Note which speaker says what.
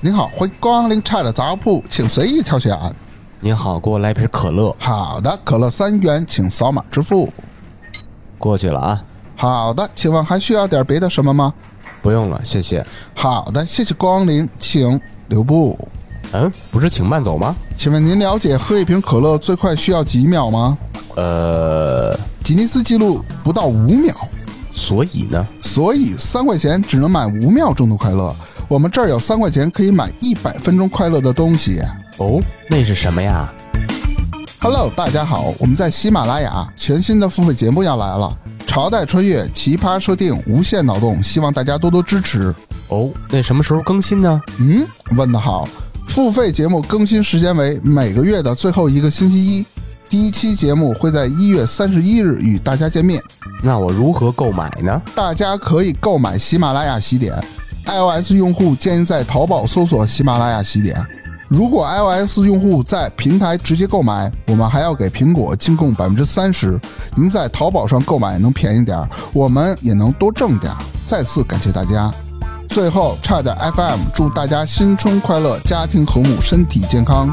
Speaker 1: 您好，欢迎光临差点杂货铺，请随意挑选。
Speaker 2: 您好，给我来瓶可乐。
Speaker 1: 好的，可乐三元，请扫码支付。
Speaker 2: 过去了啊，
Speaker 1: 好的，请问还需要点别的什么吗？
Speaker 2: 不用了，谢谢。
Speaker 1: 好的，谢谢光临，请留步。
Speaker 2: 嗯，不是请慢走吗？
Speaker 1: 请问您了解喝一瓶可乐最快需要几秒吗？
Speaker 2: 呃，
Speaker 1: 吉尼斯纪录不到五秒，
Speaker 2: 所以呢，
Speaker 1: 所以三块钱只能买五秒钟的快乐。我们这儿有三块钱可以买一百分钟快乐的东西。
Speaker 2: 哦，那是什么呀？
Speaker 1: Hello，大家好，我们在喜马拉雅全新的付费节目要来了，《朝代穿越奇葩设定无限脑洞》，希望大家多多支持。
Speaker 2: 哦，那什么时候更新呢？
Speaker 1: 嗯，问得好。付费节目更新时间为每个月的最后一个星期一，第一期节目会在一月三十一日与大家见面。
Speaker 2: 那我如何购买呢？
Speaker 1: 大家可以购买喜马拉雅喜点，iOS 用户建议在淘宝搜索喜马拉雅喜点。如果 iOS 用户在平台直接购买，我们还要给苹果进贡百分之三十。您在淘宝上购买能便宜点儿，我们也能多挣点儿。再次感谢大家。最后，差点 FM 祝大家新春快乐，家庭和睦，身体健康。